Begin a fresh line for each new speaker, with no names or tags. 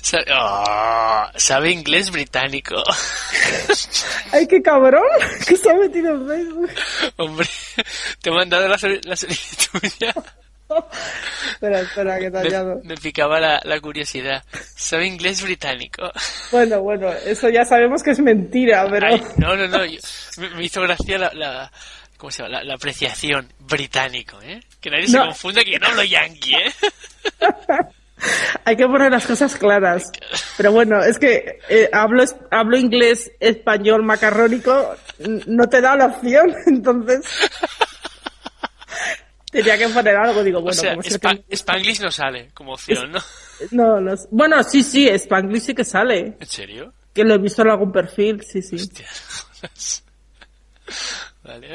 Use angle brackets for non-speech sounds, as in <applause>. Sa- Ah, ¿Sabe inglés
<laughs>
británico?
¡Ay, qué cabrón! <laughs> Que se ha metido en Facebook.
Hombre, te he mandado la, sol- la solicitud ya.
Espera, espera, que te añado.
Me, me picaba la, la curiosidad. ¿Sabe inglés británico?
Bueno, bueno, eso ya sabemos que es mentira, pero.
Ay, no, no, no. yo- me, me hizo gracia la, la- ¿cómo se llama? La, la apreciación británico, ¿eh? Que nadie se
No.
confunda que yo no hablo yankee, ¿eh?
Hay que poner las cosas claras. Pero bueno, es que eh, hablo, es- hablo inglés, español, macarrónico, n- no te da la opción, <laughs> entonces. Tenía que poner algo, digo,
o
<laughs> bueno,
sea,
como sé
spa-
que-
Spanglish no sale como opción, ¿no?
no, no, bueno, sí, sí, Spanglish sí que sale,
¿En serio? <laughs>
que lo he visto en algún perfil, sí, sí.
Hostia. vale,